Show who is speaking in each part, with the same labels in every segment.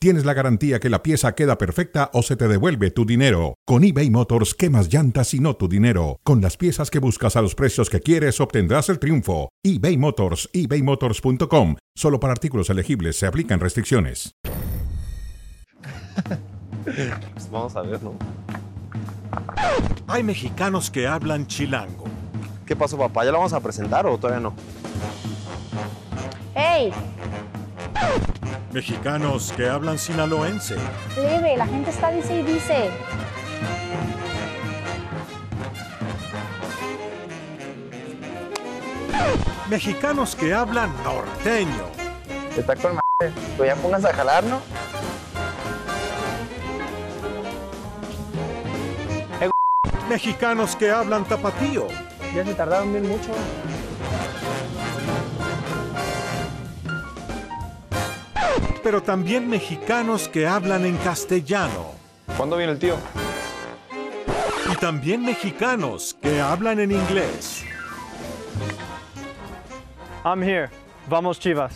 Speaker 1: tienes la garantía que la pieza queda perfecta o se te devuelve tu dinero. Con eBay Motors, quemas llantas y no tu dinero. Con las piezas que buscas a los precios que quieres, obtendrás el triunfo. eBay Motors, ebaymotors.com. Solo para artículos elegibles se aplican restricciones.
Speaker 2: Pues vamos a ver, ¿no?
Speaker 3: Hay mexicanos que hablan chilango.
Speaker 2: ¿Qué pasó, papá? ¿Ya lo vamos a presentar o todavía no?
Speaker 4: ¡Ey!
Speaker 3: Mexicanos que hablan sinaloense.
Speaker 4: Leve, la gente está dice y dice.
Speaker 3: Mexicanos que hablan norteño.
Speaker 5: Está con madre. Pues ya pongas a jalar, ¿no?
Speaker 3: Mexicanos que hablan tapatío.
Speaker 5: Ya se tardaron bien mucho.
Speaker 3: Pero también mexicanos que hablan en castellano.
Speaker 2: ¿Cuándo viene el tío?
Speaker 3: Y también mexicanos que hablan en inglés.
Speaker 6: I'm here. Vamos Chivas.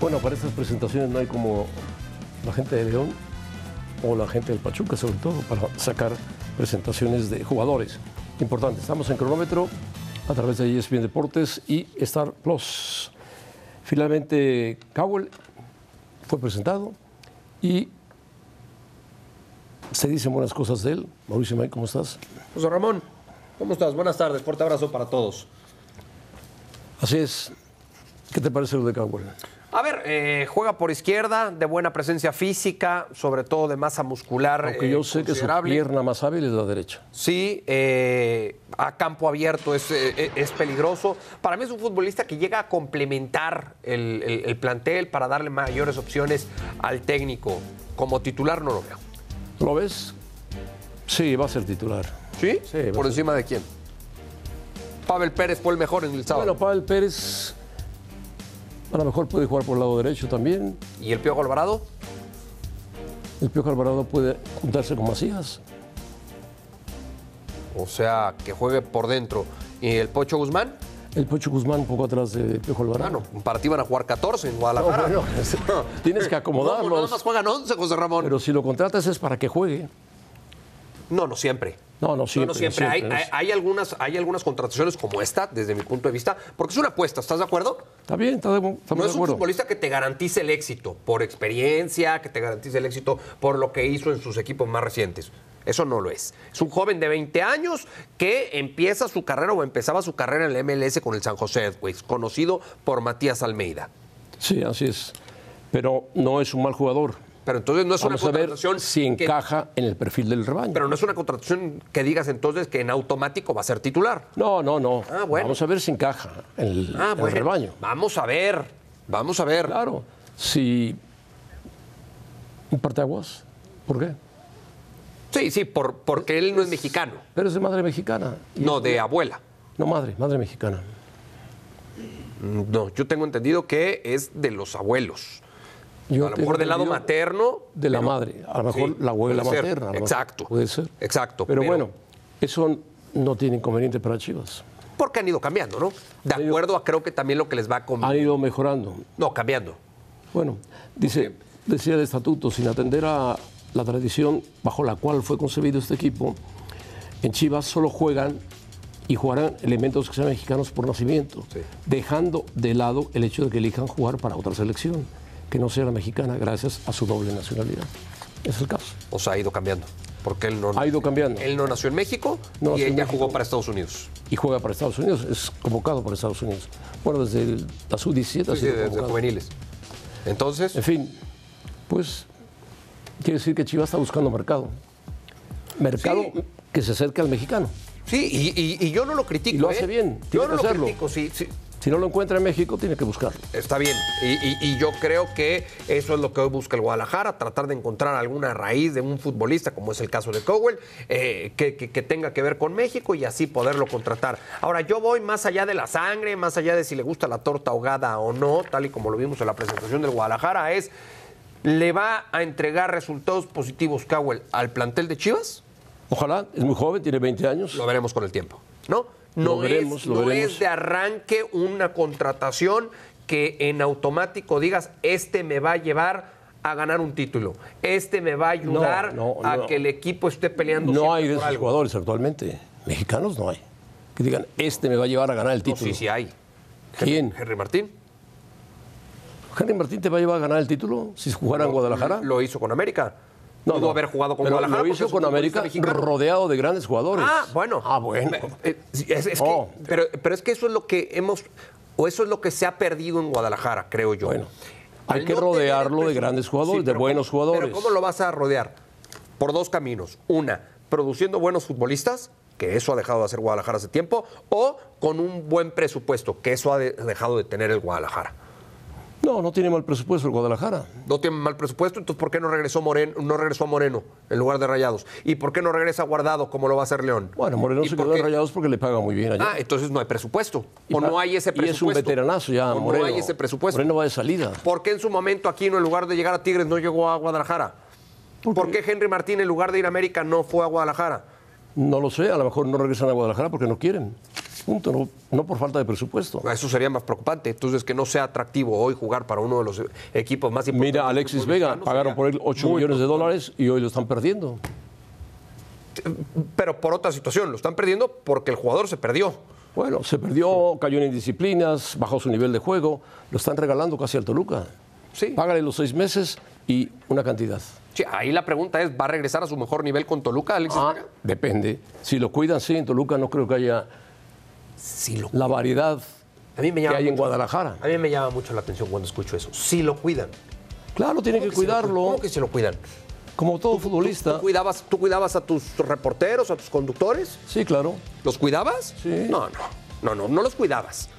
Speaker 7: Bueno, para estas presentaciones no hay como la gente de León o la gente del Pachuca, sobre todo, para sacar presentaciones de jugadores. Importante, estamos en cronómetro a través de E ESPN Deportes y Star Plus. Finalmente, Cowell fue presentado y se dicen buenas cosas de él. Mauricio May, ¿cómo estás?
Speaker 8: José Ramón, ¿cómo estás? Buenas tardes, fuerte abrazo para todos.
Speaker 7: Así es. ¿Qué te parece lo de Cowell?
Speaker 8: A ver, eh, juega por izquierda, de buena presencia física, sobre todo de masa muscular.
Speaker 7: Aunque
Speaker 8: eh,
Speaker 7: yo sé que su
Speaker 8: considerable.
Speaker 7: pierna más hábil es la derecha.
Speaker 8: Sí, eh, a campo abierto es, eh, es peligroso. Para mí es un futbolista que llega a complementar el, el- el plantel para darle mayores opciones al técnico. Como titular no lo veo.
Speaker 7: ¿Lo ves? Sí, va a ser titular.
Speaker 8: ¿Sí?
Speaker 7: Sí, va a
Speaker 8: ¿Por
Speaker 7: ser.
Speaker 8: encima de quién? Pavel Pérez fue el mejor en el sábado.
Speaker 7: Bueno, Pavel Pérez a lo mejor puede jugar por el lado derecho también.
Speaker 8: ¿Y el Piojo Alvarado?
Speaker 7: El Piojo Alvarado puede juntarse con Macías.
Speaker 8: O sea, que juegue por dentro. ¿Y el Pocho Guzmán?
Speaker 7: El Pocho Guzmán un poco atrás de Piojo Alvarado.
Speaker 8: Bueno, para ti van a jugar 14 en
Speaker 7: No,
Speaker 8: Guadalajara.
Speaker 7: bueno, tienes que
Speaker 8: No, nada más
Speaker 7: acomodarlos.
Speaker 8: juegan 11, José Ramón.
Speaker 7: Pero si lo contratas es para que juegue.
Speaker 8: No, no siempre.
Speaker 7: No, no siempre.
Speaker 8: no, no siempre. Hay,
Speaker 7: siempre,
Speaker 8: hay-
Speaker 7: ¿no?
Speaker 8: hay algunas, hay algunas contrataciones como esta, desde mi punto de vista, porque es una apuesta, ¿estás de acuerdo?
Speaker 7: Está bien, está de- estamos
Speaker 8: No
Speaker 7: de
Speaker 8: es un
Speaker 7: acuerdo.
Speaker 8: futbolista que te garantice el éxito por experiencia, que te garantice el éxito por lo que hizo en sus equipos más recientes. Eso no lo es. Es un joven de 20 años que empieza su carrera o empezaba su carrera en la MLS con el San José Earthquakes, conocido por Matías Almeida.
Speaker 7: Sí, así es. Pero no es un mal jugador.
Speaker 8: Pero entonces no es
Speaker 7: Vamos
Speaker 8: una
Speaker 7: a ver
Speaker 8: contratación
Speaker 7: si
Speaker 8: que-
Speaker 7: encaja en el perfil del rebaño.
Speaker 8: pero no es una contratación que digas entonces que en automático va a ser titular.
Speaker 7: No, no, no.
Speaker 8: Ah, bueno.
Speaker 7: Vamos a ver si encaja en el, en
Speaker 8: Ah,
Speaker 7: el
Speaker 8: bueno.
Speaker 7: rebaño.
Speaker 8: Vamos a ver. Vamos a ver.
Speaker 7: Claro, si un parteaguas, ¿por qué?
Speaker 8: Sí, sí, por, porque él no es mexicano.
Speaker 7: Pero es de madre mexicana. Y-
Speaker 8: No, de abuela.
Speaker 7: No madre, madre mexicana.
Speaker 8: No, yo tengo entendido que es de los abuelos.
Speaker 7: Yo
Speaker 8: a lo
Speaker 7: tengo
Speaker 8: mejor del lado
Speaker 7: entendido
Speaker 8: materno.
Speaker 7: De la
Speaker 8: pero-
Speaker 7: madre, a lo mejor
Speaker 8: Sí,
Speaker 7: la abuela
Speaker 8: puede ser.
Speaker 7: materna. a lo mejor.
Speaker 8: Exacto.
Speaker 7: Puede ser.
Speaker 8: Exacto,
Speaker 7: Pero,
Speaker 8: pero-
Speaker 7: bueno, eso no tiene inconveniente para Chivas.
Speaker 8: Porque han ido cambiando, ¿no? De acuerdo a creo que también lo que les va a
Speaker 7: Han
Speaker 8: convenir.
Speaker 7: ido mejorando.
Speaker 8: No, cambiando.
Speaker 7: Bueno, dice, decía el estatuto, sin atender a la tradición bajo la cual fue concebido este equipo, en Chivas solo juegan y jugarán elementos que sean mexicanos por nacimiento, dejando de lado el hecho de que elijan jugar para otra selección, que no sea la mexicana gracias a su doble nacionalidad. Es el caso.
Speaker 8: O sea, ha ido cambiando. Porque él no.
Speaker 7: Ha ido cambiando.
Speaker 8: Él no nació en México
Speaker 7: No
Speaker 8: y
Speaker 7: nació en
Speaker 8: ella
Speaker 7: México.
Speaker 8: jugó para Estados Unidos.
Speaker 7: Y juega para Estados Unidos, es convocado por Estados Unidos. Bueno, desde el, la sub-17 ha
Speaker 8: Sí, sí,
Speaker 7: sido
Speaker 8: desde
Speaker 7: convocado.
Speaker 8: juveniles. Entonces,
Speaker 7: En fin, pues quiere decir que Chivas está buscando mercado. Mercado
Speaker 8: Sí.
Speaker 7: que se acerque al mexicano.
Speaker 8: sí, y, y- y yo no lo critico.
Speaker 7: Y lo
Speaker 8: ¿eh?
Speaker 7: hace bien, tiene
Speaker 8: Yo
Speaker 7: que
Speaker 8: no lo
Speaker 7: hacerlo.
Speaker 8: critico, sí, sí.
Speaker 7: Si no lo encuentra en México, tiene que buscarlo.
Speaker 8: Está bien. Y, y- y yo creo que eso es lo que hoy busca el Guadalajara, tratar de encontrar alguna raíz de un futbolista, como es el caso de Cowell, eh, que, que- que tenga que ver con México y así poderlo contratar. Ahora, yo voy más allá de la sangre, más allá de si le gusta la torta ahogada o no, tal y como lo vimos en la presentación del Guadalajara, es, ¿le va a entregar resultados positivos Cowell al plantel de Chivas?
Speaker 7: Ojalá, es muy joven, tiene 20 años.
Speaker 8: Lo veremos con el tiempo, ¿no? No,
Speaker 7: Lo veremos,
Speaker 8: es,
Speaker 7: lo
Speaker 8: no
Speaker 7: veremos.
Speaker 8: es de arranque una contratación que en automático digas, este me va a llevar a ganar un título, este me va a ayudar
Speaker 7: No, no,
Speaker 8: a
Speaker 7: no.
Speaker 8: que el equipo esté peleando
Speaker 7: No
Speaker 8: siempre
Speaker 7: hay de
Speaker 8: por
Speaker 7: esos
Speaker 8: algo.
Speaker 7: jugadores actualmente. Mexicanos no hay. Que digan, este me va a llevar a ganar el
Speaker 8: No,
Speaker 7: título.
Speaker 8: sí, sí hay.
Speaker 7: ¿Quién?
Speaker 8: Henry Martín
Speaker 7: ¿Henry Martín te va a llevar a ganar el título si jugara en Guadalajara?
Speaker 8: lo hizo con América. No,
Speaker 7: No,
Speaker 8: Pudo
Speaker 7: no.
Speaker 8: haber jugado con
Speaker 7: Pero
Speaker 8: Guadalajara.
Speaker 7: Lo
Speaker 8: porque
Speaker 7: hizo
Speaker 8: es un
Speaker 7: con
Speaker 8: futbolista
Speaker 7: América
Speaker 8: mexicano.
Speaker 7: rodeado de grandes jugadores.
Speaker 8: Ah, bueno.
Speaker 7: Ah, bueno.
Speaker 8: Eh, eh, es- es que-
Speaker 7: Oh.
Speaker 8: pero, pero es que eso es lo que hemos, o eso es lo que se ha perdido en Guadalajara, creo yo.
Speaker 7: Bueno, hay
Speaker 8: Al
Speaker 7: que
Speaker 8: tener
Speaker 7: rodearlo de
Speaker 8: presu-
Speaker 7: grandes jugadores, de
Speaker 8: pero
Speaker 7: buenos
Speaker 8: ¿cómo-
Speaker 7: jugadores.
Speaker 8: Pero ¿cómo lo vas a rodear? Por dos caminos. Una, produciendo buenos futbolistas, que eso ha dejado de hacer Guadalajara hace tiempo, o con un buen presupuesto, que eso ha de- dejado de tener el Guadalajara.
Speaker 7: No, no tiene mal presupuesto el Guadalajara.
Speaker 8: No tiene mal presupuesto, entonces ¿por qué no regresó Moreno, no regresó a Moreno en lugar de Rayados? ¿Y por qué no regresa Guardado como lo va a hacer León?
Speaker 7: Bueno, Moreno
Speaker 8: ¿Y
Speaker 7: se
Speaker 8: por
Speaker 7: quedó en
Speaker 8: qué?
Speaker 7: Rayados porque le paga muy bien allá.
Speaker 8: Ah, entonces no hay presupuesto.
Speaker 7: ¿Eh? Y
Speaker 8: O
Speaker 7: pa-
Speaker 8: no hay ese
Speaker 7: y es
Speaker 8: presupuesto.
Speaker 7: un veteranazo ya,
Speaker 8: O
Speaker 7: Moreno.
Speaker 8: no hay ese presupuesto.
Speaker 7: Moreno va de salida.
Speaker 8: ¿Por qué en su momento aquí, en lugar de llegar a Tigres, no llegó a Guadalajara? ¿Por qué Henry Martín, en lugar de ir a América, no fue a Guadalajara?
Speaker 7: No lo sé, a lo mejor no regresan a Guadalajara porque no quieren. Punto, no, no por falta de presupuesto.
Speaker 8: Eso sería más preocupante. Entonces, que no sea atractivo hoy jugar para uno de los equipos más importantes.
Speaker 7: Mira,
Speaker 8: del
Speaker 7: Alexis
Speaker 8: fútbol
Speaker 7: Vega,
Speaker 8: mexicano
Speaker 7: pagaron
Speaker 8: pues, sería
Speaker 7: por él 8
Speaker 8: muy
Speaker 7: millones de dólares y hoy lo están perdiendo.
Speaker 8: Pero por otra situación, lo están perdiendo porque el jugador se perdió.
Speaker 7: Bueno, se perdió, cayó en indisciplinas, bajó su nivel de juego, lo están regalando casi al Toluca.
Speaker 8: Sí.
Speaker 7: Págale los seis meses y una cantidad.
Speaker 8: Sí, ahí la pregunta es, ¿va a regresar a su mejor nivel con Toluca, Alexis
Speaker 7: Ah,
Speaker 8: Vega?
Speaker 7: depende. Si lo cuidan, sí, en Toluca no creo que haya
Speaker 8: Sí, lo
Speaker 7: la variedad
Speaker 8: A mí me
Speaker 7: que
Speaker 8: llama
Speaker 7: hay en
Speaker 8: mucho-
Speaker 7: Guadalajara.
Speaker 8: A mí me llama mucho la atención cuando escucho eso. Si lo cuidan.
Speaker 7: Claro, tienen que
Speaker 8: ¿Cómo se lo cuidan?
Speaker 7: cuidarlo,
Speaker 8: ¿Cómo que se lo cuidan?
Speaker 7: como todo futbolista.
Speaker 8: ¿Tú cuidabas, ¿Tú cuidabas a tus reporteros, a tus conductores?
Speaker 7: Sí, claro.
Speaker 8: ¿Los cuidabas?
Speaker 7: Sí.
Speaker 8: No, no, no, no, no los cuidabas.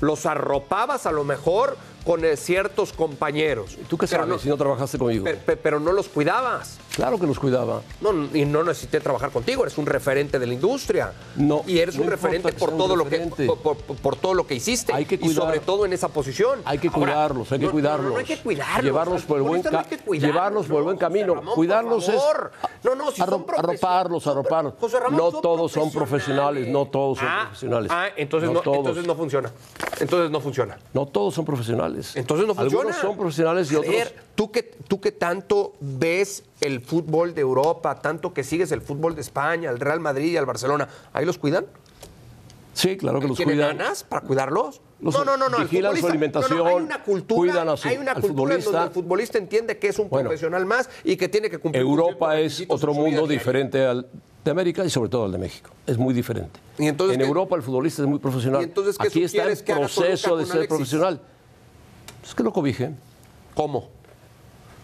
Speaker 8: Los arropabas a lo mejor con eh, ciertos compañeros.
Speaker 7: ¿Tú qué
Speaker 8: Pero
Speaker 7: sabes si no trabajaste conmigo?
Speaker 8: pe- pe- pero no los cuidabas.
Speaker 7: Claro que los cuidaba.
Speaker 8: No, no, y no necesité trabajar contigo, eres un referente de la industria.
Speaker 7: No,
Speaker 8: Y eres
Speaker 7: no
Speaker 8: un
Speaker 7: importa
Speaker 8: referente
Speaker 7: que
Speaker 8: por
Speaker 7: sea un
Speaker 8: todo
Speaker 7: referente.
Speaker 8: lo que por, por- por todo lo que hiciste.
Speaker 7: Hay que
Speaker 8: y sobre
Speaker 7: cuidar-
Speaker 8: todo en esa posición.
Speaker 7: Hay que
Speaker 8: Ahora,
Speaker 7: cuidarlos, hay que
Speaker 8: no, no,
Speaker 7: cuidarlos.
Speaker 8: No, no hay que cuidarlos.
Speaker 7: Llevarlos
Speaker 8: Al
Speaker 7: por el buen
Speaker 8: futbolista no hay que
Speaker 7: camino.
Speaker 8: cuidarlos,
Speaker 7: Llevarlos por el buen
Speaker 8: no, José
Speaker 7: camino.
Speaker 8: Ramón, por
Speaker 7: cuidarlos es.
Speaker 8: favor. No, no, si son
Speaker 7: arro-
Speaker 8: profesionales.
Speaker 7: arroparlos, arroparlos.
Speaker 8: José Ramón,
Speaker 7: no todos son profesionales, no todos son
Speaker 8: Ah,
Speaker 7: profesionales.
Speaker 8: Ah, entonces no,
Speaker 7: todos.
Speaker 8: entonces no funciona. Entonces no funciona.
Speaker 7: No todos son profesionales.
Speaker 8: Entonces no funciona.
Speaker 7: Algunos son profesionales y
Speaker 8: A
Speaker 7: otros.
Speaker 8: ver, ¿tú que, tú que tanto ves el fútbol de Europa, tanto que sigues el fútbol de España, el Real Madrid y al Barcelona, ¿ahí los cuidan?
Speaker 7: Sí, claro que los
Speaker 8: ¿Tienen
Speaker 7: cuidan.
Speaker 8: ganas para cuidarlos?
Speaker 7: Los
Speaker 8: no, no, no, no. el
Speaker 7: vigilan su
Speaker 8: futbolista-
Speaker 7: alimentación,
Speaker 8: no, no, hay una cultura,
Speaker 7: cuidan a su-
Speaker 8: hay una
Speaker 7: al
Speaker 8: cultura en donde
Speaker 7: futbolista.
Speaker 8: el futbolista entiende que es un
Speaker 7: Bueno.
Speaker 8: profesional más y que tiene que cumplir. con
Speaker 7: Europa
Speaker 8: ciertos
Speaker 7: es
Speaker 8: requisitos
Speaker 7: otro
Speaker 8: en su vida
Speaker 7: mundo
Speaker 8: diaria.
Speaker 7: diferente al de América y sobre todo al de México. Es muy diferente.
Speaker 8: ¿Y entonces
Speaker 7: en
Speaker 8: qué-
Speaker 7: Europa el futbolista es muy profesional.
Speaker 8: ¿Y entonces qué
Speaker 7: Aquí está en
Speaker 8: sugieres que haga
Speaker 7: proceso de
Speaker 8: Toluca con
Speaker 7: ser
Speaker 8: Alexis?
Speaker 7: profesional. Es que lo cobije,
Speaker 8: ¿Cómo?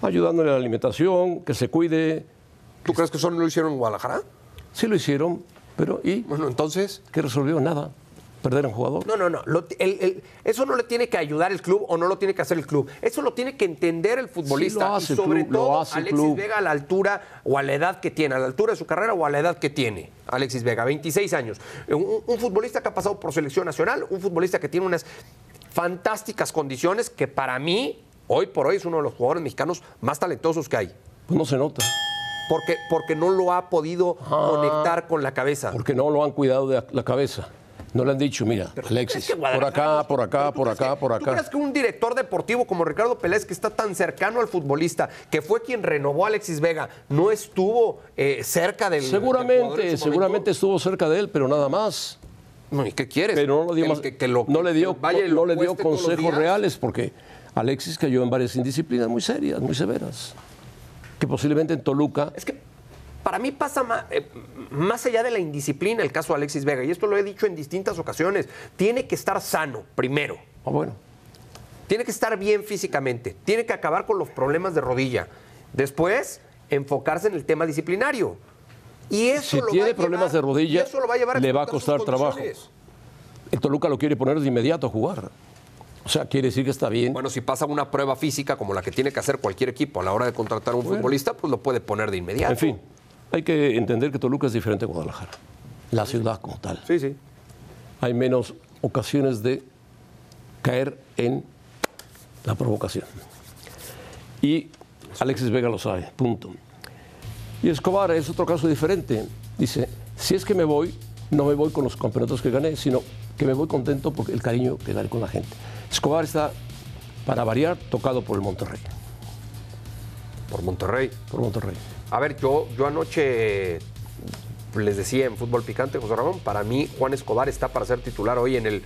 Speaker 7: ayudándole en la alimentación, que se cuide.
Speaker 8: ¿Tú crees que eso no lo hicieron en Guadalajara?
Speaker 7: Sí lo hicieron, pero ¿y
Speaker 8: Bueno, entonces.
Speaker 7: qué resolvió? Nada. Perder a un jugador.
Speaker 8: No, no, no. Lo- el- el- eso no le tiene que ayudar el club o no lo tiene que hacer el club. Eso lo tiene que entender el futbolista.
Speaker 7: lo hace el
Speaker 8: y sobre
Speaker 7: club, lo
Speaker 8: todo
Speaker 7: hace el
Speaker 8: Alexis
Speaker 7: club.
Speaker 8: Vega a la altura o a la edad que tiene, a la altura de su carrera o a la edad que tiene. Alexis Vega, 26 años. Eh, Un, un futbolista que ha pasado por selección nacional, un futbolista que tiene unas fantásticas condiciones que para mí, hoy por hoy, es uno de los jugadores mexicanos más talentosos que hay.
Speaker 7: Pues no se nota.
Speaker 8: Porque, porque no lo ha podido
Speaker 7: Ah.
Speaker 8: conectar con la cabeza.
Speaker 7: Porque no lo han cuidado de la cabeza. No le han dicho, mira, Alexis,
Speaker 8: ¿Crees que
Speaker 7: por
Speaker 8: Guadalajara-
Speaker 7: acá, por
Speaker 8: Pero
Speaker 7: acá,
Speaker 8: ¿tú
Speaker 7: por
Speaker 8: crees
Speaker 7: acá,
Speaker 8: que-
Speaker 7: por
Speaker 8: ¿eh? ¿Tú crees
Speaker 7: acá.
Speaker 8: que un director deportivo como Ricardo Peláez, que está tan cercano al futbolista, que fue quien renovó a Alexis Vega, no estuvo eh, cerca del. del jugador en
Speaker 7: Seguramente,
Speaker 8: su
Speaker 7: seguramente
Speaker 8: momento?
Speaker 7: estuvo cerca de él, pero nada más.
Speaker 8: No, ¿y qué quieres?
Speaker 7: Pero no le dio,
Speaker 8: Que-
Speaker 7: más-
Speaker 8: que- que lo-
Speaker 7: no le dio,
Speaker 8: que vaya y lo
Speaker 7: no le dio
Speaker 8: cueste todos los
Speaker 7: consejos
Speaker 8: días.
Speaker 7: reales porque Alexis cayó en varias indisciplinas muy serias, muy severas. Que posiblemente en Toluca
Speaker 8: Es que para mí pasa ma- eh, más allá de la indisciplina el caso de Alexis Vega, y esto lo he dicho en distintas ocasiones. Tiene que estar sano primero.
Speaker 7: Ah, bueno.
Speaker 8: Tiene que estar bien físicamente, tiene que acabar con los problemas de rodilla. Después, enfocarse en el tema disciplinario. Y eso
Speaker 7: Si
Speaker 8: lo va a
Speaker 7: tiene
Speaker 8: llevar-
Speaker 7: problemas de rodilla,
Speaker 8: y eso lo va a llevar
Speaker 7: le va a
Speaker 8: explotar sus
Speaker 7: costar trabajo.
Speaker 8: condiciones.
Speaker 7: el Toluca lo quiere poner de inmediato a jugar. O sea, quiere decir que está bien.
Speaker 8: Bueno, si pasa una prueba física como la que tiene que hacer cualquier equipo a la hora de contratar a un futbolista, pues lo puede poner de inmediato.
Speaker 7: en fin, hay que entender que Toluca es diferente a Guadalajara. La ciudad como tal.
Speaker 8: Sí, sí.
Speaker 7: Hay menos ocasiones de caer en la provocación. Y Alexis Vega lo sabe, punto. Y Escobar es otro caso diferente. Dice, si es que me voy, no me voy con los campeonatos que gané, sino que me voy contento por el cariño que gané con la gente. Escobar está, para variar, tocado por el Monterrey.
Speaker 8: Por Monterrey.
Speaker 7: Por Monterrey.
Speaker 8: A ver, yo, yo anoche les decía en Fútbol Picante, José Ramón, para mí Juan Escobar está para ser titular hoy en el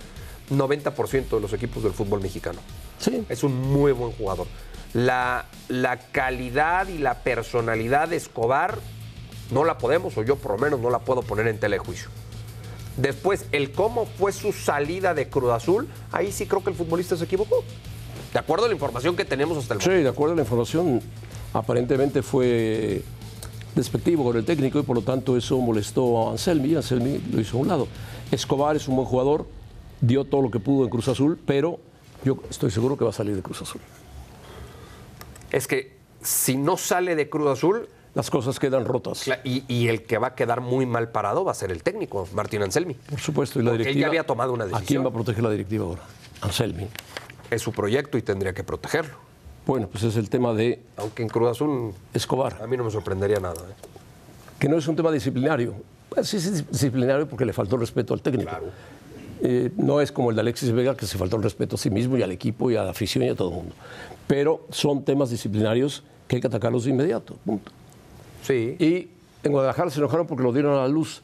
Speaker 8: 90% de los equipos del fútbol mexicano.
Speaker 7: Sí.
Speaker 8: Es un muy buen jugador. La, la calidad y la personalidad de Escobar no la podemos, o yo por lo menos no la puedo poner en telejuicio. Después, el cómo fue su salida de Cruz Azul, ahí sí creo que el futbolista se equivocó. De acuerdo a la información que tenemos hasta el
Speaker 7: Sí,
Speaker 8: momento.
Speaker 7: de acuerdo a la información, aparentemente fue despectivo con el técnico y por lo tanto eso molestó a Anselmi y Anselmi lo hizo a un lado. Escobar es un buen jugador, dio todo lo que pudo en Cruz Azul, pero yo estoy seguro que va a salir de Cruz Azul.
Speaker 8: Es que si no sale de Cruz Azul,
Speaker 7: Las cosas quedan rotas.
Speaker 8: Cla- Y, y el que va a quedar muy mal parado va a ser el técnico, Martín Anselmi.
Speaker 7: Por supuesto, y la
Speaker 8: Porque él
Speaker 7: directiva.
Speaker 8: ya había tomado una
Speaker 7: ¿A quién
Speaker 8: decisión.
Speaker 7: va a proteger la directiva ahora? Anselmi.
Speaker 8: Es su proyecto y tendría que protegerlo.
Speaker 7: Bueno, pues es el tema de
Speaker 8: Aunque en Cruz Azul a
Speaker 7: Escobar,
Speaker 8: mí no me sorprendería nada. ¿eh?
Speaker 7: que no es un tema disciplinario. Pues sí es disciplinario porque le faltó el respeto al técnico. Eh, no es como el de Alexis Vega, que se faltó el respeto a sí mismo y al equipo y a la afición y a todo el mundo. Pero son temas disciplinarios que hay que atacarlos de inmediato. punto.
Speaker 8: Sí.
Speaker 7: Y en Guadalajara se enojaron porque lo dieron a la luz.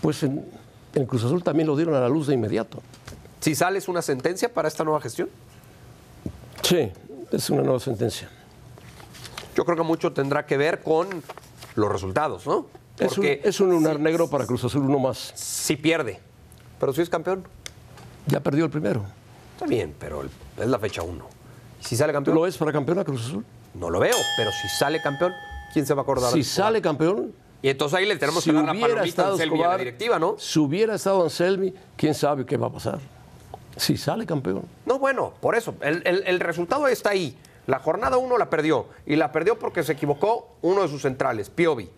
Speaker 7: Pues en, en Cruz Azul también lo dieron a la luz de inmediato.
Speaker 8: si sales una sentencia para esta nueva gestión,
Speaker 7: Sí, es una nueva sentencia.
Speaker 8: yo creo que mucho tendrá que ver con los resultados, ¿no?
Speaker 7: Es un,
Speaker 8: Porque
Speaker 7: es un lunar negro para Cruz Azul, uno más.
Speaker 8: si pierde, pero si es campeón,
Speaker 7: Ya perdió el primero.
Speaker 8: está bien, pero el- es la fecha uno. Si sale campeón,
Speaker 7: ¿Lo es para campeón a Cruz Azul?
Speaker 8: no lo veo, pero si sale campeón, ¿quién se va a acordar? de
Speaker 7: Si
Speaker 8: Escobar?
Speaker 7: sale campeón,
Speaker 8: Y entonces ahí le tenemos
Speaker 7: si
Speaker 8: que dar la
Speaker 7: hubiera
Speaker 8: palomita a
Speaker 7: estado
Speaker 8: Anselmi y a
Speaker 7: Escobar,
Speaker 8: la directiva, ¿no?
Speaker 7: si hubiera estado Anselmi, quién sabe qué va a pasar. Si sale campeón.
Speaker 8: No, bueno, por eso. El, el- el resultado está ahí. La jornada uno la perdió. Y la perdió porque se equivocó uno de sus centrales, Piovi.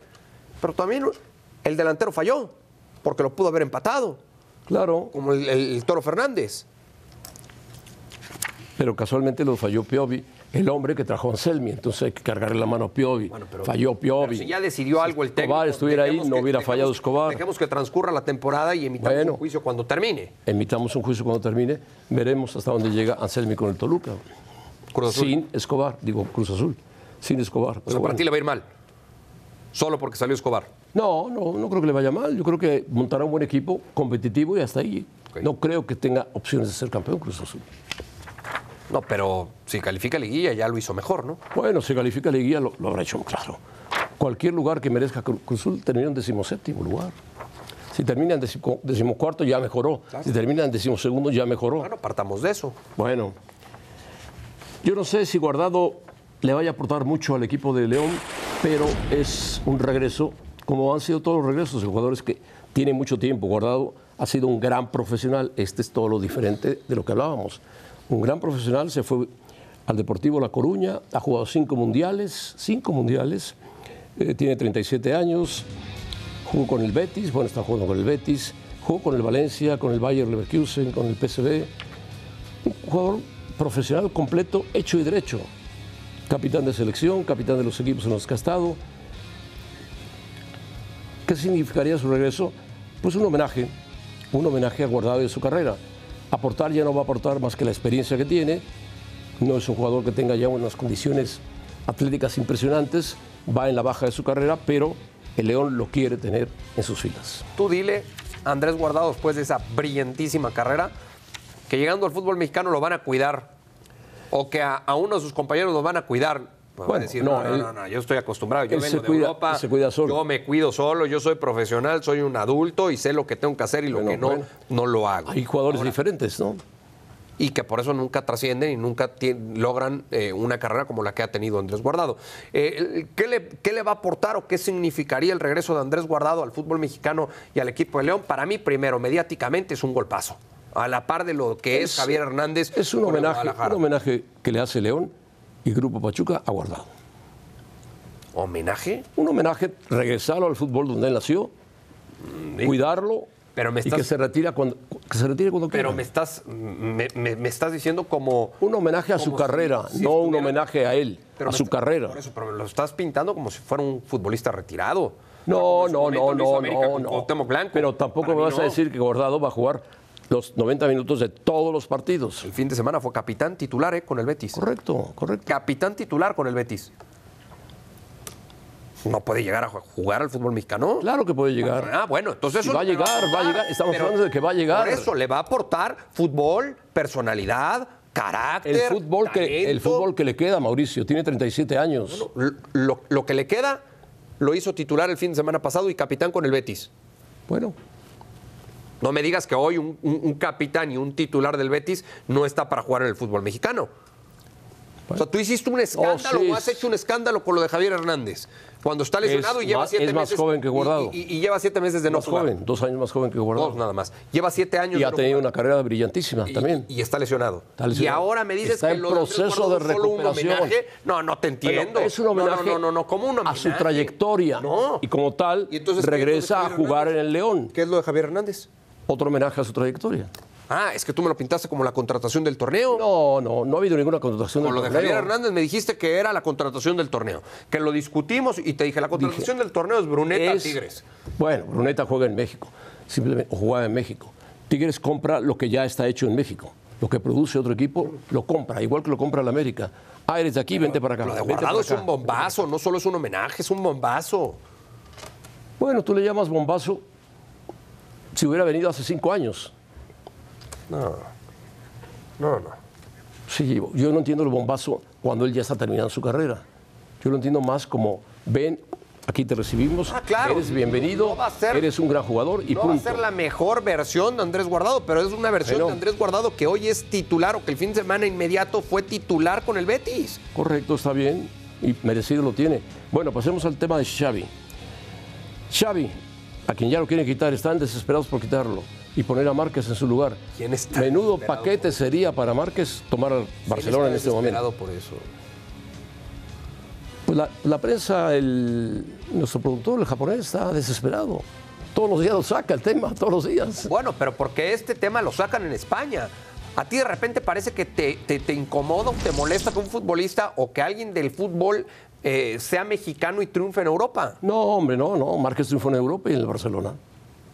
Speaker 8: Pero también el delantero falló, porque lo pudo haber empatado,
Speaker 7: Claro,
Speaker 8: como el, el- el Toro Fernández.
Speaker 7: pero casualmente lo falló Piovi, el hombre que trajo a Anselmi. Entonces hay que cargarle la mano a Piovi. falló Piovi.
Speaker 8: Pero si ya decidió algo el técnico.
Speaker 7: Escobar estuviera ahí,
Speaker 8: dejemos
Speaker 7: no
Speaker 8: que-
Speaker 7: hubiera
Speaker 8: dejemos-
Speaker 7: fallado Escobar.
Speaker 8: Dejemos que transcurra la temporada y emitamos
Speaker 7: Bueno.
Speaker 8: un juicio cuando termine.
Speaker 7: Emitamos un juicio cuando termine. Veremos hasta dónde llega Anselmi con el Toluca.
Speaker 8: Cruz Azul.
Speaker 7: Sin Escobar, digo Cruz Azul. Sin Escobar.
Speaker 8: O sea,
Speaker 7: pero
Speaker 8: para ti
Speaker 7: bueno.
Speaker 8: le va a ir mal. Solo porque salió Escobar.
Speaker 7: No, no, no creo que le vaya mal. Yo creo que montará un buen equipo competitivo y hasta ahí.
Speaker 8: Ok.
Speaker 7: No creo que tenga opciones de ser campeón Cruz Azul.
Speaker 8: No, pero si califica a Liguilla ya lo hizo mejor, ¿no?
Speaker 7: Bueno, si califica la guía, lo, lo habrá hecho claro. Cualquier lugar que merezca Cru- Cruz Azul termina en decimoséptimo lugar. Si termina en decimo- decimocuarto, ya mejoró. Si termina en decimosegundo, ya mejoró.
Speaker 8: Bueno, partamos de eso.
Speaker 7: Bueno, yo no sé si Guardado le vaya a aportar mucho al equipo de León, pero es un regreso, como han sido todos los regresos de jugadores que tienen mucho tiempo. Guardado ha sido un gran profesional, este es todo lo diferente de lo que hablábamos. Un gran profesional se fue al Deportivo La Coruña, ha jugado cinco mundiales, cinco mundiales, eh, tiene 37 años, jugó con el Betis, bueno, está jugando con el Betis, jugó con el Valencia, con el Bayern Leverkusen, con el PSV, un jugador profesional completo, hecho y derecho. Capitán de selección, capitán de los equipos en los que ha estado. ¿Qué significaría su regreso? Pues un homenaje, un homenaje a Guardado de su carrera. Aportar ya no va a aportar más que la experiencia que tiene. No es un jugador que tenga ya unas condiciones atléticas impresionantes. Va en la baja de su carrera, pero el León lo quiere tener en sus filas.
Speaker 8: Tú dile, a Andrés Guardado, después de esa brillantísima carrera, que llegando al fútbol mexicano lo van a cuidar. O que a, a uno de sus compañeros lo van a cuidar. Va a
Speaker 7: Bueno,
Speaker 8: decir,
Speaker 7: no,
Speaker 8: no, no,
Speaker 7: él-
Speaker 8: no, no, yo estoy acostumbrado, yo
Speaker 7: él se
Speaker 8: vengo de
Speaker 7: cuida-
Speaker 8: Europa,
Speaker 7: él se cuida solo.
Speaker 8: yo me cuido solo, yo soy profesional, soy un adulto y sé lo que tengo que hacer y lo
Speaker 7: Bueno,
Speaker 8: que no,
Speaker 7: bueno.
Speaker 8: no lo hago.
Speaker 7: Hay jugadores diferentes, ¿no?
Speaker 8: y que por eso nunca trascienden y nunca ti- logran eh, una carrera como la que ha tenido Andrés Guardado. Eh, el- ¿qué, le, qué le va a aportar o qué significaría el regreso de Andrés Guardado al fútbol mexicano y al equipo de León? Para mí, primero, mediáticamente es un golpazo. a la par de lo que es,
Speaker 7: Es-
Speaker 8: Javier Hernández.
Speaker 7: Es un
Speaker 8: con el
Speaker 7: homenaje,
Speaker 8: Guadalajara.
Speaker 7: un homenaje que le hace León y Grupo Pachuca a Guardado.
Speaker 8: ¿Homenaje?
Speaker 7: Un homenaje, regresarlo al fútbol donde él nació, cuidarlo
Speaker 8: Mm, Pero me
Speaker 7: y que
Speaker 8: estás-
Speaker 7: se retira cuando, que se retire cuando
Speaker 8: Pero
Speaker 7: quiera.
Speaker 8: me estás, me, me- me estás diciendo como...
Speaker 7: Un homenaje a
Speaker 8: como
Speaker 7: su
Speaker 8: si-
Speaker 7: carrera,
Speaker 8: si
Speaker 7: no un
Speaker 8: estuviera-
Speaker 7: homenaje a él,
Speaker 8: Pero
Speaker 7: a
Speaker 8: me
Speaker 7: su
Speaker 8: está-
Speaker 7: carrera.
Speaker 8: Por eso, pero lo estás pintando como si fuera un futbolista retirado.
Speaker 7: No,
Speaker 8: En su
Speaker 7: no,
Speaker 8: momento
Speaker 7: no,
Speaker 8: lo hizo
Speaker 7: no,
Speaker 8: América
Speaker 7: no,
Speaker 8: con
Speaker 7: no.
Speaker 8: Cuauhtémoc Blanco.
Speaker 7: Pero tampoco
Speaker 8: Para
Speaker 7: me
Speaker 8: mí
Speaker 7: vas a
Speaker 8: no.
Speaker 7: decir que Guardado va a jugar los 90 minutos de todos los partidos.
Speaker 8: El fin de semana fue capitán titular eh, con el Betis.
Speaker 7: Correcto, correcto.
Speaker 8: Capitán titular con el Betis. No puede llegar a jugar al fútbol mexicano.
Speaker 7: Claro que puede llegar.
Speaker 8: Ah, bueno, entonces
Speaker 7: Sí,
Speaker 8: eso
Speaker 7: va a
Speaker 8: le
Speaker 7: llegar, va a
Speaker 8: aportar,
Speaker 7: llegar. Estamos
Speaker 8: pero
Speaker 7: hablando de que va a llegar.
Speaker 8: Por eso le va a aportar fútbol, personalidad, carácter,
Speaker 7: El fútbol, que, el
Speaker 8: talento.
Speaker 7: fútbol que le queda, Mauricio, tiene 37 años.
Speaker 8: Lo- lo, lo que le queda lo hizo titular el fin de semana pasado y capitán con el Betis.
Speaker 7: Bueno,
Speaker 8: No me digas que hoy un, un- un capitán y un titular del Betis no está para jugar en el fútbol mexicano. O sea, tú hiciste un escándalo
Speaker 7: Oh, sí.
Speaker 8: o has hecho un escándalo con lo de Javier Hernández. Cuando está lesionado y lleva
Speaker 7: más-
Speaker 8: siete
Speaker 7: es
Speaker 8: meses.
Speaker 7: más joven que
Speaker 8: y-
Speaker 7: Guardado.
Speaker 8: Y, y lleva siete meses de no
Speaker 7: más
Speaker 8: jugar.
Speaker 7: joven, dos años más joven que Guardado.
Speaker 8: Dos nada más. Lleva siete años
Speaker 7: y
Speaker 8: de
Speaker 7: ha
Speaker 8: no
Speaker 7: tenido
Speaker 8: jugar.
Speaker 7: una carrera brillantísima
Speaker 8: Y-
Speaker 7: también.
Speaker 8: Y, está lesionado.
Speaker 7: Está lesionado.
Speaker 8: Y ahora me dices
Speaker 7: Está
Speaker 8: que
Speaker 7: en
Speaker 8: lo de Andrés
Speaker 7: proceso
Speaker 8: Guardado
Speaker 7: de
Speaker 8: es solo un
Speaker 7: recuperación.
Speaker 8: homenaje. No, no te
Speaker 7: Pero
Speaker 8: entiendo.
Speaker 7: es un homenaje
Speaker 8: No, no, no, no, como un
Speaker 7: a su
Speaker 8: homenaje?
Speaker 7: trayectoria.
Speaker 8: No.
Speaker 7: Y como tal,
Speaker 8: ¿Y entonces qué es lo de
Speaker 7: regresa a
Speaker 8: Javier
Speaker 7: jugar
Speaker 8: Hernández?
Speaker 7: en el León.
Speaker 8: ¿Qué es lo de Javier Hernández?
Speaker 7: Otro homenaje a su trayectoria.
Speaker 8: Ah, es que tú me lo pintaste como la contratación del torneo.
Speaker 7: No, no, no ha habido ninguna contratación
Speaker 8: Con
Speaker 7: del
Speaker 8: lo de
Speaker 7: torneo.
Speaker 8: Javier Hernández me dijiste que era la contratación del torneo. Que lo discutimos y te dije, la contratación del torneo es Bruneta
Speaker 7: es-
Speaker 8: Tigres.
Speaker 7: Bueno, Bruneta juega en México, simplemente o jugaba en México. Tigres compra lo que ya está hecho en México. Lo que produce otro equipo lo compra, igual que lo compra la América. Ah, eres de aquí, vente para acá.
Speaker 8: Lo de
Speaker 7: vente
Speaker 8: Guardado
Speaker 7: para
Speaker 8: es
Speaker 7: acá.
Speaker 8: un bombazo, no solo es un homenaje, es un bombazo.
Speaker 7: Bueno, tú le llamas bombazo si hubiera venido hace cinco años.
Speaker 8: No, no, no.
Speaker 7: Sí, yo no entiendo el bombazo cuando él ya está terminando su carrera. Yo lo entiendo más como, ven, aquí te recibimos,
Speaker 8: Ah, claro.
Speaker 7: eres bienvenido,
Speaker 8: No va a ser-
Speaker 7: eres un gran jugador y
Speaker 8: no
Speaker 7: punto.
Speaker 8: va a ser la mejor versión de Andrés Guardado, pero es una versión
Speaker 7: Bueno.
Speaker 8: de Andrés Guardado que hoy es titular o que el fin de semana inmediato fue titular con el Betis.
Speaker 7: Correcto, está bien y merecido lo tiene. Bueno, pasemos al tema de Xavi. Xavi, a quien ya lo quieren quitar, están desesperados por quitarlo y poner a Márquez en su lugar.
Speaker 8: ¿Quién está
Speaker 7: Menudo
Speaker 8: desesperado
Speaker 7: paquete sería para Márquez tomar al Barcelona en este momento.
Speaker 8: por eso.
Speaker 7: Pues la, la prensa, el- nuestro productor, el japonés, está desesperado. Todos los días lo saca el tema, todos los días.
Speaker 8: Bueno, pero porque este tema lo sacan en España. A ti de repente parece que te, te- te incomoda o te molesta que un futbolista o que alguien del fútbol eh, sea mexicano y triunfe en Europa.
Speaker 7: No, hombre, no, no. Márquez triunfó en Europa y en el Barcelona.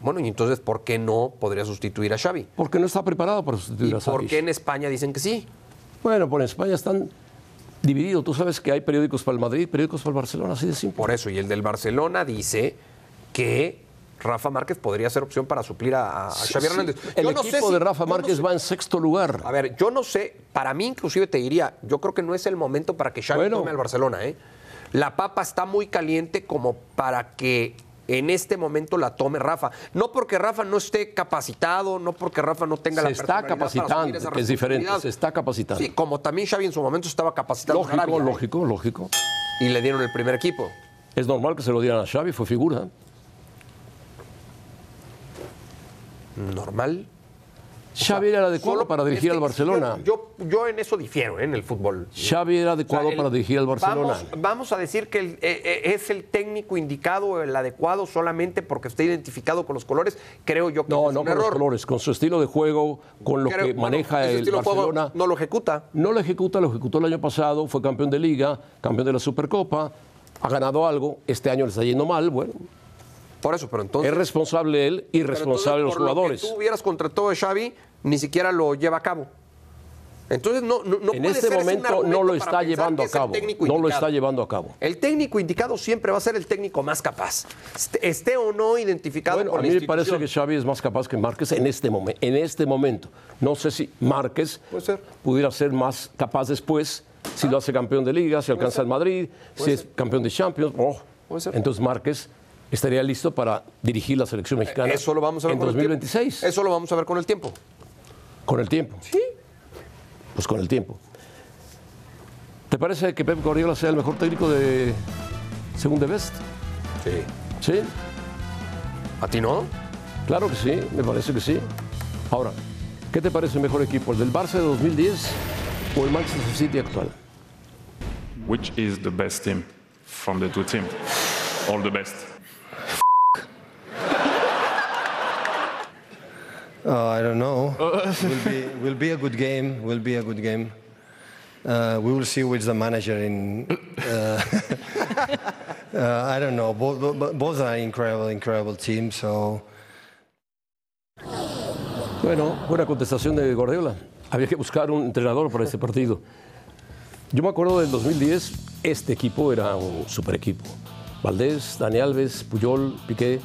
Speaker 8: Bueno, y entonces, ¿por qué no podría sustituir a Xavi?
Speaker 7: Porque no está preparado para
Speaker 8: ¿Y
Speaker 7: sustituir a
Speaker 8: por
Speaker 7: Xavi.
Speaker 8: qué en España dicen que sí?
Speaker 7: Bueno, por España están divididos. Tú sabes que hay periódicos para el Madrid, periódicos para el Barcelona, así de simple.
Speaker 8: Por eso, y el del Barcelona dice que Rafa Márquez podría ser opción para suplir a, a Xavi Hernández.
Speaker 7: El
Speaker 8: Yo no
Speaker 7: equipo
Speaker 8: sé
Speaker 7: de
Speaker 8: si-
Speaker 7: Rafa
Speaker 8: yo no
Speaker 7: Márquez
Speaker 8: sé-
Speaker 7: va en sexto lugar.
Speaker 8: A ver, yo no sé, para mí inclusive te diría, yo creo que no es el momento para que Xavi
Speaker 7: Bueno.
Speaker 8: tome al Barcelona, ¿eh? La papa está muy caliente como para que en este momento la tome Rafa. No porque Rafa no esté capacitado, no porque Rafa no tenga
Speaker 7: se
Speaker 8: la
Speaker 7: está
Speaker 8: personalidad para asumir
Speaker 7: capacitando,
Speaker 8: esa
Speaker 7: que es diferente.
Speaker 8: responsabilidad.
Speaker 7: Se está capacitando.
Speaker 8: Sí, como también Xavi en su momento estaba capacitado en
Speaker 7: lógico,
Speaker 8: Arabia, ¿eh?
Speaker 7: lógico, lógico.
Speaker 8: y le dieron el primer equipo.
Speaker 7: Es normal que se lo dieran a Xavi, fue figura.
Speaker 8: Normal.
Speaker 7: Xavi era el adecuado
Speaker 8: Solo-
Speaker 7: para dirigir
Speaker 8: es que
Speaker 7: al Barcelona.
Speaker 8: Yo, yo en eso difiero, ¿eh? en el fútbol.
Speaker 7: Xavi era adecuado
Speaker 8: O sea, el-
Speaker 7: para dirigir al Barcelona.
Speaker 8: Vamos, vamos a decir que el- eh, eh, es el técnico indicado o el adecuado solamente porque está identificado con los colores. Creo yo que
Speaker 7: no,
Speaker 8: es
Speaker 7: no
Speaker 8: un
Speaker 7: con
Speaker 8: error.
Speaker 7: los colores, con su estilo de juego, con lo
Speaker 8: Creo-
Speaker 7: que
Speaker 8: bueno,
Speaker 7: maneja
Speaker 8: ese
Speaker 7: el
Speaker 8: estilo de juego
Speaker 7: Barcelona.
Speaker 8: no lo ejecuta.
Speaker 7: No lo ejecuta, lo ejecutó el año pasado, fue campeón de liga, campeón de la Supercopa, ha ganado algo, este año le está yendo mal, bueno,
Speaker 8: Por eso, pero entonces.
Speaker 7: es responsable él y
Speaker 8: pero
Speaker 7: responsable los
Speaker 8: entonces, por lo que
Speaker 7: jugadores.
Speaker 8: tú hubieras contratado a Xavi, ni siquiera lo lleva a cabo. Entonces no, no, no
Speaker 7: en
Speaker 8: puede
Speaker 7: este
Speaker 8: ser ese un
Speaker 7: momento no
Speaker 8: argumento
Speaker 7: lo
Speaker 8: para
Speaker 7: está
Speaker 8: pensar
Speaker 7: llevando
Speaker 8: que
Speaker 7: a
Speaker 8: es el
Speaker 7: cabo,
Speaker 8: técnico
Speaker 7: no lo
Speaker 8: indicado.
Speaker 7: está llevando a cabo.
Speaker 8: El técnico indicado siempre va a ser el técnico más capaz, est- esté o no identificado
Speaker 7: Bueno,
Speaker 8: con
Speaker 7: a
Speaker 8: la
Speaker 7: mí me parece
Speaker 8: institución.
Speaker 7: que Xavi es más capaz que Márquez en este, momen- en este momento. No sé si Márquez
Speaker 8: Puede ser.
Speaker 7: pudiera ser más capaz después, si lo hace campeón de liga, si alcanza el Madrid, si es campeón de Champions. oh.
Speaker 8: Puede ser.
Speaker 7: Entonces Márquez estaría listo para dirigir la selección mexicana
Speaker 8: Eh, Eso lo vamos a ver
Speaker 7: en
Speaker 8: con el tiempo.
Speaker 7: 2026,
Speaker 8: Eso lo vamos a ver con el tiempo.
Speaker 7: con el tiempo. Sí. Pues con el tiempo. ¿Te parece que Pep Guardiola sea el mejor técnico de segunda vez?
Speaker 8: Sí.
Speaker 7: Sí,
Speaker 8: ¿A ti no?
Speaker 7: claro que sí, me parece que sí. Ahora, ¿Qué te parece mejor equipo, el del Barça de 2010 o el Manchester City actual?
Speaker 9: Which is the best team from the two teams? All the best.
Speaker 10: Uh, I don't know. will be will be a good game. Will be a good game. Uh, we will see who is the manager in. Uh, uh, I don't know. Both, both- both are incredible, incredible teams. So
Speaker 7: Bueno, buena contestación de Guardiola. Había que buscar un entrenador para este partido. Yo me acuerdo del 2010, este equipo era un super equipo. Valdés, Dani Alves, Puyol, Piqué,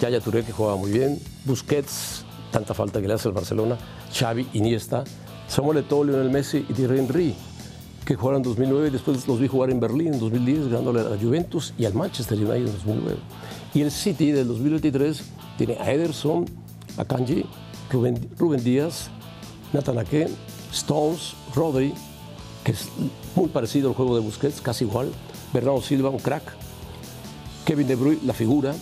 Speaker 7: Yaya Touré, que jugaba muy bien, Busquets, tanta falta que le hace al Barcelona, Xavi, Iniesta, Samuel Eto'o, Lionel Messi y Thierry Henry, que jugaron en 2009 y después los vi jugar en Berlín en 2010, ganándole a la Juventus y al Manchester United en 2009. Y el City del 2023 tiene a Ederson, a Kanji, Rubén, Rubén Díaz, Nathan Ake, Stones, Rodri, que es muy parecido al juego de Busquets, casi igual. Bernardo Silva, un crack. Kevin De Bruyne, la figura.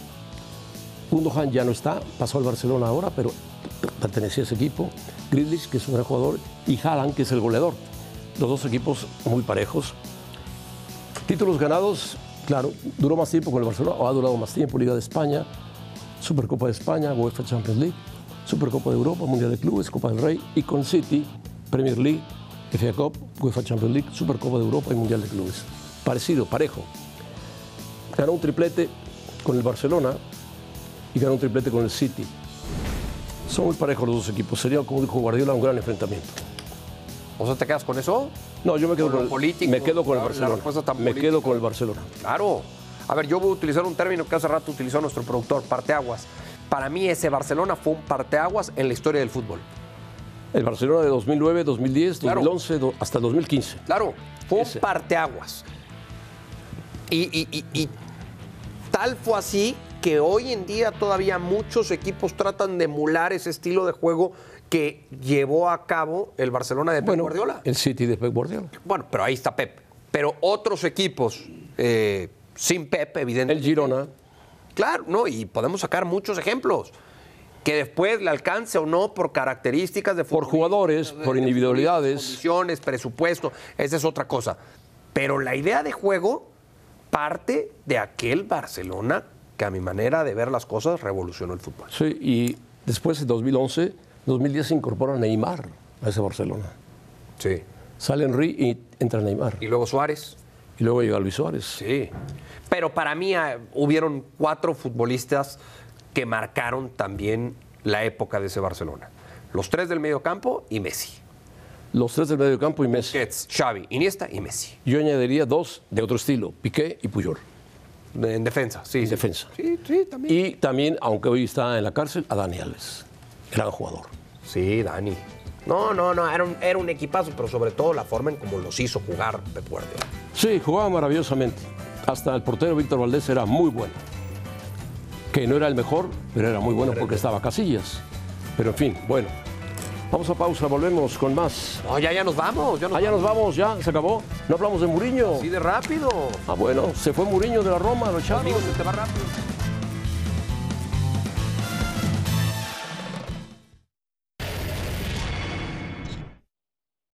Speaker 7: Gundogan ya no está, pasó al Barcelona ahora, pero pertenecía a ese equipo. Grealish, que es un gran jugador, y Haaland, que es el goleador. Los dos equipos muy parejos. Títulos ganados, claro, duró más tiempo con el Barcelona, o ha durado más tiempo Liga de España, Supercopa de España, UEFA Champions League, Supercopa de Europa, Mundial de Clubes, Copa del Rey y con City, Premier League, FA Cup, UEFA Champions League, Supercopa de Europa y Mundial de Clubes. Parecido, parejo. Ganó un triplete con el Barcelona y ganó un triplete con el City. Son muy parejos los dos equipos. Sería, como dijo Guardiola, un gran enfrentamiento.
Speaker 8: O sea, ¿te quedas con eso?
Speaker 7: No, yo me quedo
Speaker 8: Por
Speaker 7: con
Speaker 8: lo
Speaker 7: el,
Speaker 8: político,
Speaker 7: me quedo con el
Speaker 8: la
Speaker 7: Barcelona.
Speaker 8: respuesta tan
Speaker 7: Me quedo
Speaker 8: política.
Speaker 7: con el Barcelona.
Speaker 8: Claro. A ver, yo voy a utilizar un término que hace rato utilizó nuestro productor, parteaguas. Para mí ese Barcelona fue un parteaguas en la historia del fútbol.
Speaker 7: El Barcelona de 2009, 2010,
Speaker 8: Claro.
Speaker 7: 2011, do- hasta 2015.
Speaker 8: Claro, fue
Speaker 7: Ese.
Speaker 8: un parteaguas. Y, y- y- y tal fue así que hoy en día todavía muchos equipos tratan de emular ese estilo de juego que llevó a cabo el Barcelona de Pep
Speaker 7: Bueno,
Speaker 8: Guardiola.
Speaker 7: el City de Pep Guardiola.
Speaker 8: Bueno, pero ahí está Pep. Pero otros equipos eh, sin Pep,
Speaker 7: El
Speaker 8: evidentemente.
Speaker 7: Girona.
Speaker 8: Claro, no, y podemos sacar muchos ejemplos. Que después le alcance o no por características de
Speaker 7: Por
Speaker 8: futbolistas,
Speaker 7: jugadores,
Speaker 8: de-
Speaker 7: por
Speaker 8: de
Speaker 7: individualidades.
Speaker 8: futbolistas, Condiciones, presupuesto, esa es otra cosa. Pero la idea de juego parte de aquel Barcelona que a mi manera de ver las cosas revolucionó el fútbol.
Speaker 7: Sí, y después en 2011, 2010 se incorpora Neymar a ese Barcelona.
Speaker 8: Sí.
Speaker 7: Sale Henry y entra Neymar.
Speaker 8: Y luego Suárez.
Speaker 7: Y luego llega Luis Suárez.
Speaker 8: Sí. Pero para mí ah, hubieron cuatro futbolistas que marcaron también la época de ese Barcelona. Los tres del mediocampo y Messi.
Speaker 7: Los tres del mediocampo y Messi.
Speaker 8: Busquets, Xavi, Iniesta y Messi.
Speaker 7: Yo añadiría dos de otro estilo, Piqué y Puyol.
Speaker 8: De- en defensa, sí. sí.
Speaker 7: defensa.
Speaker 8: Sí, sí, también.
Speaker 7: Y también, aunque hoy está en la cárcel, a Dani Alves. Gran jugador.
Speaker 8: Sí, Dani. No, no, no, era un, era un equipazo, pero sobre todo la forma en cómo los hizo jugar Pep Guardiola.
Speaker 7: Sí, jugaba maravillosamente. Hasta el portero Víctor Valdés era muy bueno. Que no era el mejor, pero era muy bueno porque estaba Casillas. Pero en fin, bueno. Vamos a pausa, volvemos con más.
Speaker 8: No, ya, ya nos vamos, ya nos
Speaker 7: Ah, ya nos vamos, ya, se acabó. No hablamos de Muriño.
Speaker 8: Así de rápido.
Speaker 7: Ah, bueno, se fue Muriño de la Roma, lo echaron.
Speaker 8: Amigos, se te va rápido.